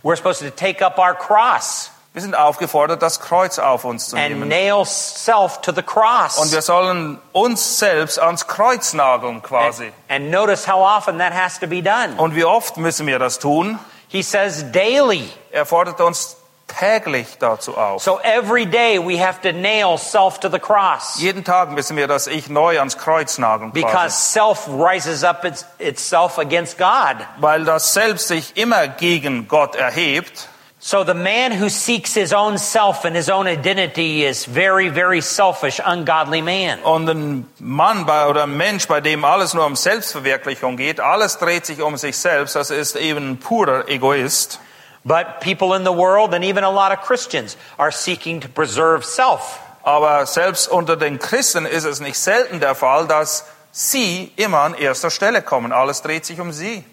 S1: We're supposed to take up our cross
S2: Wir sind aufgefordert, das Kreuz auf uns zu
S1: and
S2: nehmen.
S1: nail self to the cross.
S2: Und wir sollen uns selbst ans Kreuz nageln quasi.
S1: And, and notice how often that has to be done.
S2: Und wie oft müssen wir das tun?
S1: He says daily.
S2: Er fordert uns täglich dazu auf.
S1: So every day we have to nail self to the cross
S2: Jeden Tag müssen wir das Ich neu ans Kreuz nageln
S1: because
S2: quasi.
S1: self rises up its, itself against God.
S2: Weil das Selbst sich immer gegen Gott erhebt.
S1: So the man who seeks his own self and his own identity is very, very selfish, ungodly man.
S2: Und ein Mann bei, oder ein Mensch, bei dem alles nur um Selbstverwirklichung geht, alles dreht sich um sich selbst, das ist eben ein purer Egoist.
S1: But people in the world and even a lot of Christians are seeking to preserve self.
S2: Aber selbst unter den Christen ist es nicht selten der Fall, dass sie immer an erster Stelle kommen. Alles dreht sich um sie.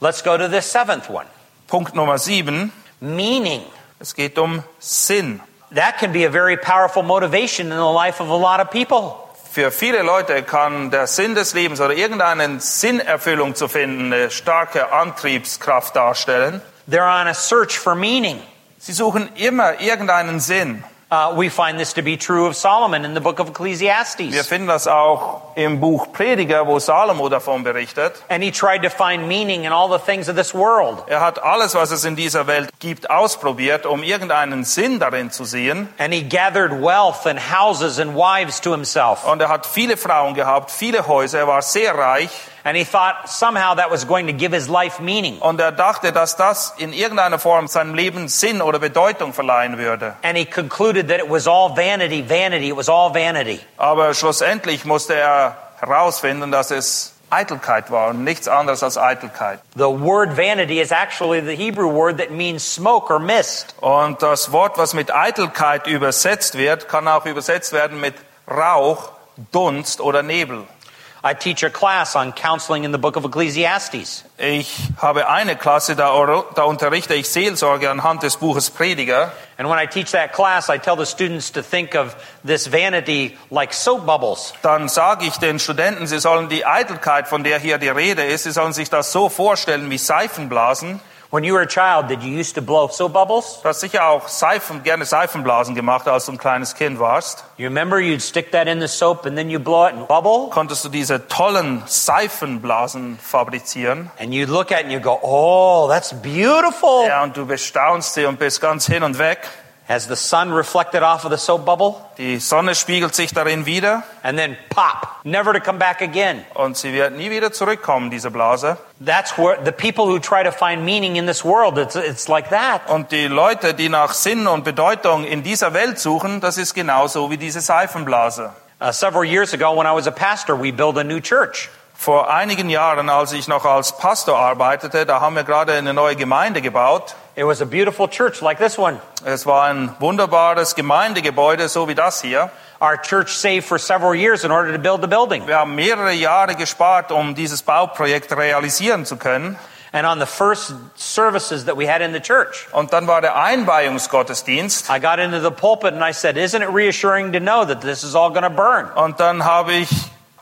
S1: Let's go to the seventh one.
S2: Punkt Nummer sieben.
S1: meaning.
S2: Es geht um Sinn.
S1: That can be a very powerful motivation in the life of a lot of people.
S2: Für viele Leute kann der Sinn des Lebens oder irgendeine Sinnerfüllung zu finden eine starke Antriebskraft darstellen.
S1: They're on a search for meaning.
S2: Sie suchen immer irgendeinen Sinn.
S1: Uh, we find this to be true of Solomon in the book of
S2: Wir
S1: Ecclesiastes.
S2: finden das auch im Buch Prediger, wo Salomo davon berichtet.
S1: And he tried to find meaning in all the things of this world.
S2: Er hat alles, was es in dieser Welt gibt, ausprobiert, um irgendeinen Sinn darin zu sehen.
S1: And he gathered wealth and houses and wives to himself.
S2: Und er hat viele Frauen gehabt, viele Häuser, er war sehr reich.
S1: And he thought somehow that was going to give his life meaning.
S2: Und er dachte, dass das in irgendeiner Form seinem Leben Sinn oder Bedeutung verleihen würde.
S1: And he concluded that it was all vanity, vanity, it was all vanity.
S2: Aber schlussendlich musste er herausfinden, dass es Eitelkeit war und nichts anderes als Eitelkeit.
S1: The word vanity is actually the Hebrew word that means smoke or mist.
S2: Und das Wort, was mit Eitelkeit übersetzt wird, kann auch übersetzt werden mit Rauch, Dunst oder Nebel.
S1: I teach a class on counseling in the book of Ecclesiastes.
S2: Ich habe eine Klasse, da, da unterrichte ich Seelsorge anhand des Buches Prediger.
S1: And when I teach that class, I tell the students to think of this vanity like soap bubbles.
S2: Dann sage ich den Studenten, sie sollen die Eitelkeit, von der hier die Rede ist, sie sollen sich das so vorstellen wie Seifenblasen.
S1: When you were a child, did you used to blow soap bubbles?
S2: Du hast sicher auch Seifen, gerne Seifenblasen gemacht, als du ein kleines Kind warst.
S1: You remember you'd stick that in the soap and then you blow it and bubble?
S2: konntest du diese tollen Seifenblasen fabrizieren.
S1: And you look at it and you go, oh, that's beautiful.
S2: Ja, und du bestaunst sie und bist ganz hin und weg.
S1: Has the sun reflected off of the soap bubble?
S2: Die Sonne spiegelt sich darin wieder
S1: And then pop, never to come back again.
S2: und sie wird nie wieder zurückkommen, diese Blase.
S1: That's where the people who try to find meaning in this world, it's, it's like that.
S2: Und die Leute, die nach Sinn und Bedeutung in dieser Welt suchen, das ist genauso wie diese Seifenblase.
S1: Uh, several years ago, when I was a pastor, we built a new church.
S2: Vor einigen Jahren, als ich noch als Pastor arbeitete, da haben wir gerade eine neue Gemeinde gebaut.
S1: It was a beautiful church like this one.
S2: Es war ein wunderbares Gemeindegebäude, so wie das hier.
S1: Our church saved for several years in order to build the building.
S2: Wir haben mehrere Jahre gespart, um dieses Bauprojekt realisieren zu können.
S1: And on the first services that we had in the church,
S2: Und dann war der Einweihungsgottesdienst.
S1: I got into the pulpit and I said, Isn't it reassuring to know that this is all going to burn?
S2: Und dann habe ich,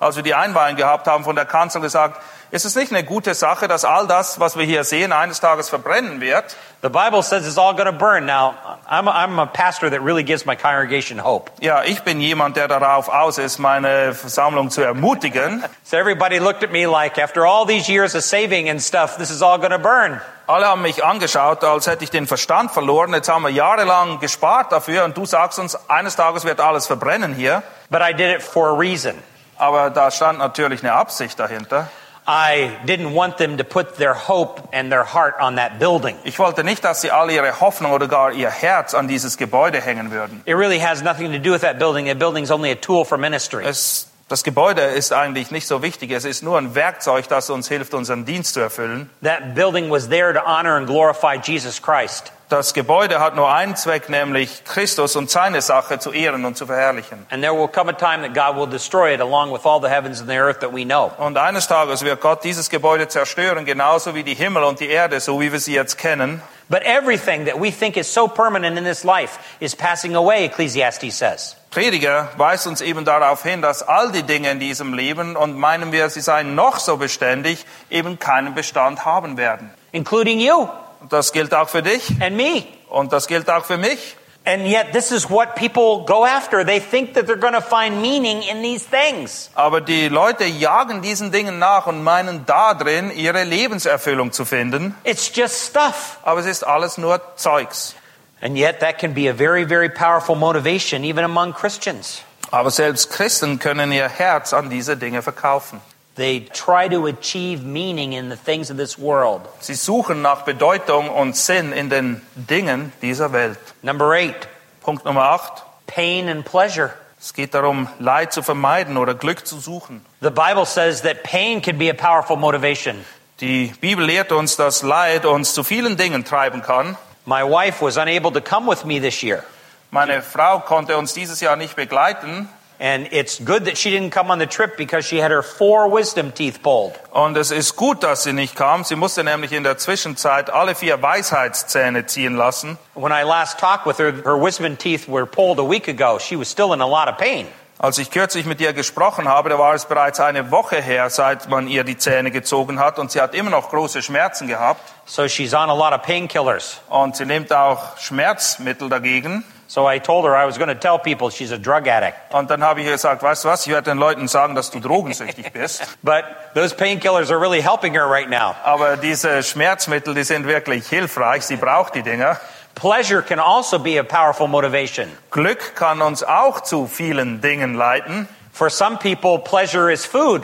S2: als wir die Einweihung gehabt haben, von der Kanzel gesagt, ist es nicht eine gute Sache, dass all das, was wir hier sehen, eines Tages verbrennen wird?
S1: The Bible says it's all going to burn. Now, I'm a, I'm a pastor that really gives my congregation hope.
S2: Ja, ich bin jemand, der darauf aus ist, meine Versammlung zu ermutigen.
S1: So everybody looked at me like, after all these years of saving and stuff, this is all going to burn.
S2: Alle haben mich angeschaut, als hätte ich den Verstand verloren. Jetzt haben wir jahrelang gespart dafür und du sagst uns, eines Tages wird alles verbrennen hier.
S1: But I did it for a reason.
S2: Aber da stand natürlich eine Absicht dahinter.
S1: I didn't want them to put their hope and their heart on that building.
S2: Ich wollte nicht, dass sie alle ihre Hoffnung oder gar ihr Herz an dieses Gebäude hängen würden.
S1: It really has nothing to do with that building. That building's only a tool for ministry.
S2: Es, das Gebäude ist eigentlich nicht so wichtig. Es ist nur ein Werkzeug, das uns hilft, unseren Dienst zu erfüllen.
S1: That building was there to honor and glorify Jesus Christ.
S2: Das Gebäude hat nur einen Zweck, nämlich Christus und seine Sache zu ehren und zu verherrlichen.
S1: And there will come a time that God will destroy it along with all the heavens and the earth that we know.
S2: Und eines Tages wird Gott dieses Gebäude zerstören, genauso wie die Himmel und die Erde, so wie wir sie jetzt kennen.
S1: But everything that we think is so permanent in this life is passing away, Ecclesiastes says.
S2: Prediger weist uns eben darauf hin, dass all die Dinge in diesem Leben, und meinen wir, sie seien noch so beständig, eben keinen Bestand haben werden.
S1: including you
S2: Und das gilt auch für dich.
S1: and me.
S2: Und das gilt auch für mich.
S1: And yet, this is what people go after. They think that they're going to find meaning in these things.
S2: Aber die Leute jagen diesen Dingen nach und meinen darin ihre Lebenserfüllung zu finden.
S1: It's just stuff.
S2: Aber es ist alles nur Zeugs.
S1: And yet, that can be a very, very powerful motivation, even among Christians.
S2: Aber selbst Christen können ihr Herz an diese Dinge verkaufen.
S1: They try to achieve meaning in the things of this world.
S2: Sie suchen nach Bedeutung und Sinn in den Dingen dieser Welt.
S1: Number eight,
S2: Punkt Nummer 8.
S1: pain and pleasure.
S2: Es geht darum, Leid zu vermeiden oder Glück zu suchen.
S1: The Bible says that pain can be a powerful motivation.
S2: Die Bibel lehrt uns, dass Leid uns zu vielen Dingen treiben kann.
S1: My wife was unable to come with me this year.
S2: Meine Frau konnte uns dieses Jahr nicht begleiten.
S1: And it's good that she didn't come on the trip because she had her four wisdom teeth pulled.
S2: Und es ist gut, dass sie nicht kam. Sie musste nämlich in der Zwischenzeit alle vier Weisheitszähne ziehen lassen.
S1: When I last talked with her, her wisdom teeth were pulled a week ago. She was still in a lot of pain.
S2: Als ich kürzlich mit ihr gesprochen habe, da war es bereits eine Woche her, seit man ihr die Zähne gezogen hat und sie hat immer noch große Schmerzen gehabt
S1: So she's on a lot of painkillers.
S2: und sie nimmt auch Schmerzmittel dagegen.
S1: So I told her I was going to tell people she's a drug addict.
S2: Und dann habe ich ihr gesagt, weißt du was, ich werde den Leuten sagen, dass du drogensüchtig bist.
S1: But those painkillers are really helping her right now.
S2: Aber diese Schmerzmittel, die sind wirklich hilfreich, sie braucht die Dinger.
S1: Pleasure can also be a powerful motivation.
S2: Glück kann uns auch zu vielen Dingen leiten.
S1: For some people, pleasure is food,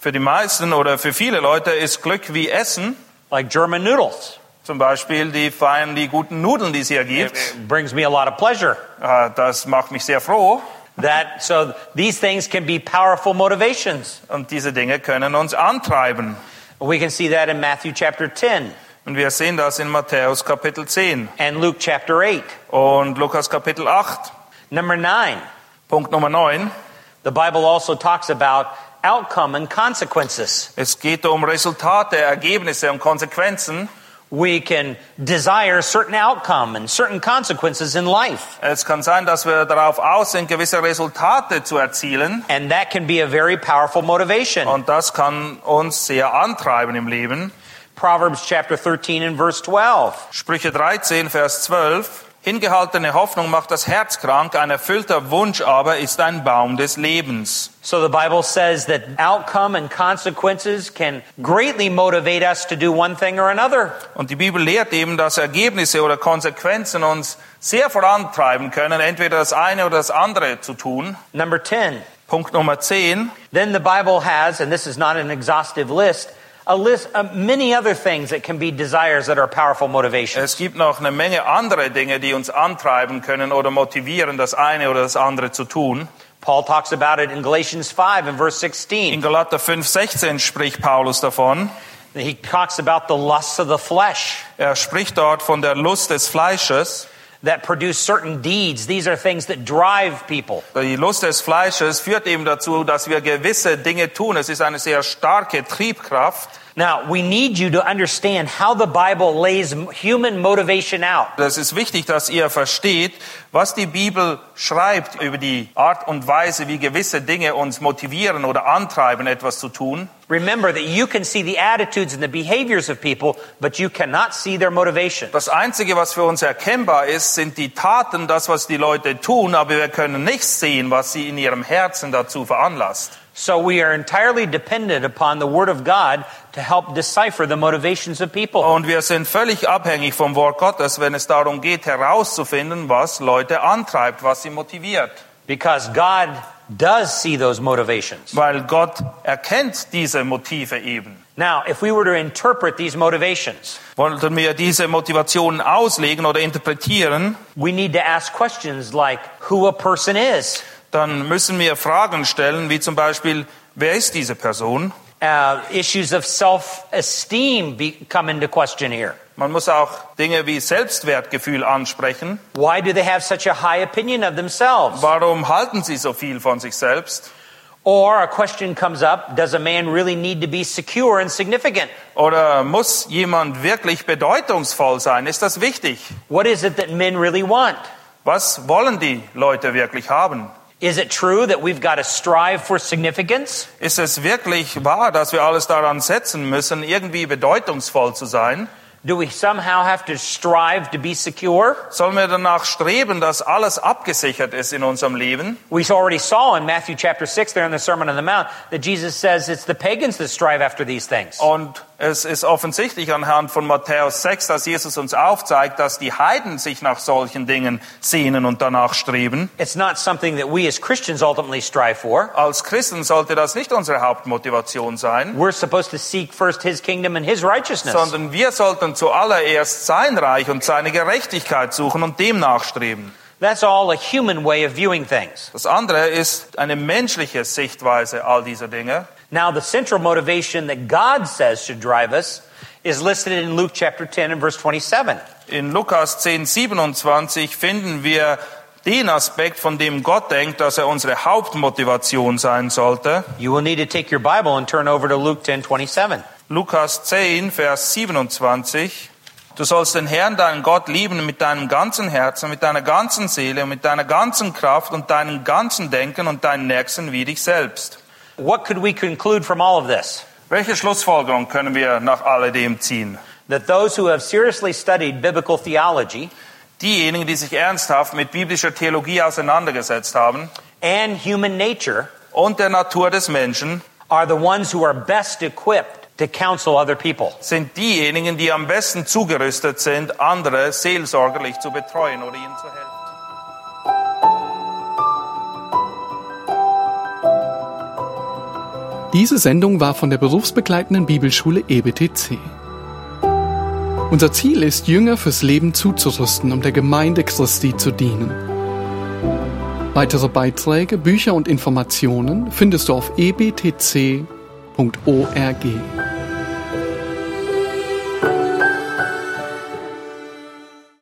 S2: Für die meisten oder für viele Leute ist Glück wie Essen.
S1: like German noodles.
S2: Zum Beispiel die feinen, die guten Nudeln, die es hier gibt.
S1: It brings me a lot of pleasure.
S2: Ah, Das macht mich sehr froh.
S1: That so these things can be powerful motivations.
S2: Und diese Dinge können uns antreiben.
S1: We can see that in Matthew chapter 10
S2: Und wir sehen das in Matthäus Kapitel 10
S1: and Luke chapter 8.
S2: und Lukas Kapitel 8.
S1: Number 9,
S2: Punkt Nummer 9.
S1: the Bible also talks about outcome and consequences.
S2: Es geht um Resultate, Ergebnisse und Konsequenzen.
S1: We can desire certain outcome and certain consequences in life,
S2: Es kann sein, dass wir darauf aus sind, gewisse Resultate zu erzielen.
S1: and that can be a very powerful motivation.
S2: Und das kann uns sehr antreiben im Leben.
S1: Proverbs chapter 13 and verse 12.
S2: Sprüche 13, Vers 12. Hingehaltene Hoffnung macht das Herz krank, ein erfüllter Wunsch aber ist ein Baum des Lebens.
S1: So the Bible says that outcome and consequences can greatly motivate us to do one thing or another.
S2: Und die Bibel lehrt eben, dass Ergebnisse oder Konsequenzen uns sehr vorantreiben können, entweder das eine oder das andere zu tun.
S1: Number 10.
S2: Punkt Nummer 10.
S1: Then the Bible has, and this is not an exhaustive list, a list of many other things that can be desires that are powerful motivations.
S2: Es gibt noch eine Menge andere Dinge, die uns antreiben können oder motivieren, das eine oder das andere zu tun.
S1: Paul talks about it in Galatians 5 and verse
S2: In
S1: 16.
S2: Galater 5,16 spricht Paulus davon.
S1: He talks about the lusts of the flesh
S2: Er spricht dort von der Lust des Fleisches.
S1: that produce certain deeds. These are things that drive people.
S2: Die Lust des Fleisches führt eben dazu, dass wir gewisse Dinge tun. Es ist eine sehr starke Triebkraft.
S1: Now, we need you to understand how the Bible lays m- human motivation out.
S2: Das ist wichtig, dass ihr versteht, was die Bibel schreibt über die Art und Weise, wie gewisse Dinge uns motivieren oder antreiben, etwas zu tun.
S1: Remember that you can see the attitudes and the behaviors of people, but you cannot see their motivation.
S2: Das Einzige, was für uns erkennbar ist, sind die Taten, das, was die Leute tun, aber wir können nicht sehen, was sie in ihrem Herzen dazu veranlasst.
S1: So we are entirely dependent upon the Word of God to help decipher the motivations of people.
S2: Und wir sind völlig abhängig vom Wort Gottes, wenn es darum geht, herauszufinden, was Leute antreibt, was sie motiviert.
S1: Because God does see those motivations.
S2: Weil Gott erkennt diese Motive eben.
S1: Now, if we were to interpret these motivations,
S2: Wollten wir diese Motivationen auslegen oder interpretieren,
S1: we need to ask questions like who a person is,
S2: dann müssen wir Fragen stellen, wie zum Beispiel, wer ist diese Person?
S1: uh, issues of self esteem be- come into question here.
S2: Man muss auch Dinge wie Selbstwertgefühl ansprechen.
S1: Why do they have such a high opinion of themselves?
S2: Warum halten sie so viel von sich selbst?
S1: Or a question comes up Does a man really need to be secure and significant?
S2: Oder muss jemand wirklich bedeutungsvoll sein? Ist das wichtig?
S1: What is it that men really want?
S2: Was wollen die Leute wirklich haben?
S1: Is it true that we've got to strive for significance?
S2: Ist es wirklich wahr, dass wir alles daran setzen müssen, irgendwie bedeutungsvoll zu sein?
S1: Do we somehow have to strive to be secure?
S2: Sollen wir danach streben, dass alles abgesichert ist in unserem Leben?
S1: We already saw in Matthew chapter 6 there in the Sermon on the Mount that Jesus says it's the pagans that strive after these things.
S2: Und es ist offensichtlich anhand von Matthäus 6, dass Jesus uns aufzeigt, dass die Heiden sich nach solchen Dingen sehnen und danach streben.
S1: It's not something that we as Christians ultimately strive for.
S2: Als Christen sollte das nicht unsere Hauptmotivation sein,
S1: We're supposed to seek first his kingdom and his righteousness.
S2: sondern wir sollten zuallererst sein Reich und seine Gerechtigkeit suchen und dem nachstreben.
S1: That's all a human way of viewing things.
S2: Das andere ist eine menschliche Sichtweise all dieser Dinge.
S1: Now, the central motivation that God says should drive us is listed in Luke chapter 10 and verse 27.
S2: In Lukas 10, 27 finden wir den Aspekt, von dem Gott denkt, dass er unsere Hauptmotivation sein sollte.
S1: You will need to take your Bible and turn over to Luke 10 27.
S2: Lukas 10, Vers 27. Du sollst den Herrn, deinen Gott, lieben mit deinem ganzen Herzen, mit deiner ganzen Seele und mit deiner ganzen Kraft und deinem ganzen Denken und deinen Nächsten wie dich selbst.
S1: What could we conclude from all of this?
S2: Welche Schlussfolgerung können wir nach alledem ziehen?
S1: That those who have seriously studied biblical theology
S2: Diejenigen, die sich ernsthaft mit biblischer Theologie auseinandergesetzt haben
S1: and human nature
S2: und der Natur des Menschen,
S1: are the ones who are best equipped to counsel other people.
S2: sind diejenigen, die am besten zugerüstet sind, andere seelsorgerlich zu betreuen oder ihnen zu helfen.
S3: Diese Sendung war von der berufsbegleitenden Bibelschule E EBTC. Unser Ziel ist, Jünger fürs Leben zuzurüsten, um der Gemeinde Christi zu dienen. Weitere Beiträge, E Bücher und Informationen findest du auf ebtc.org.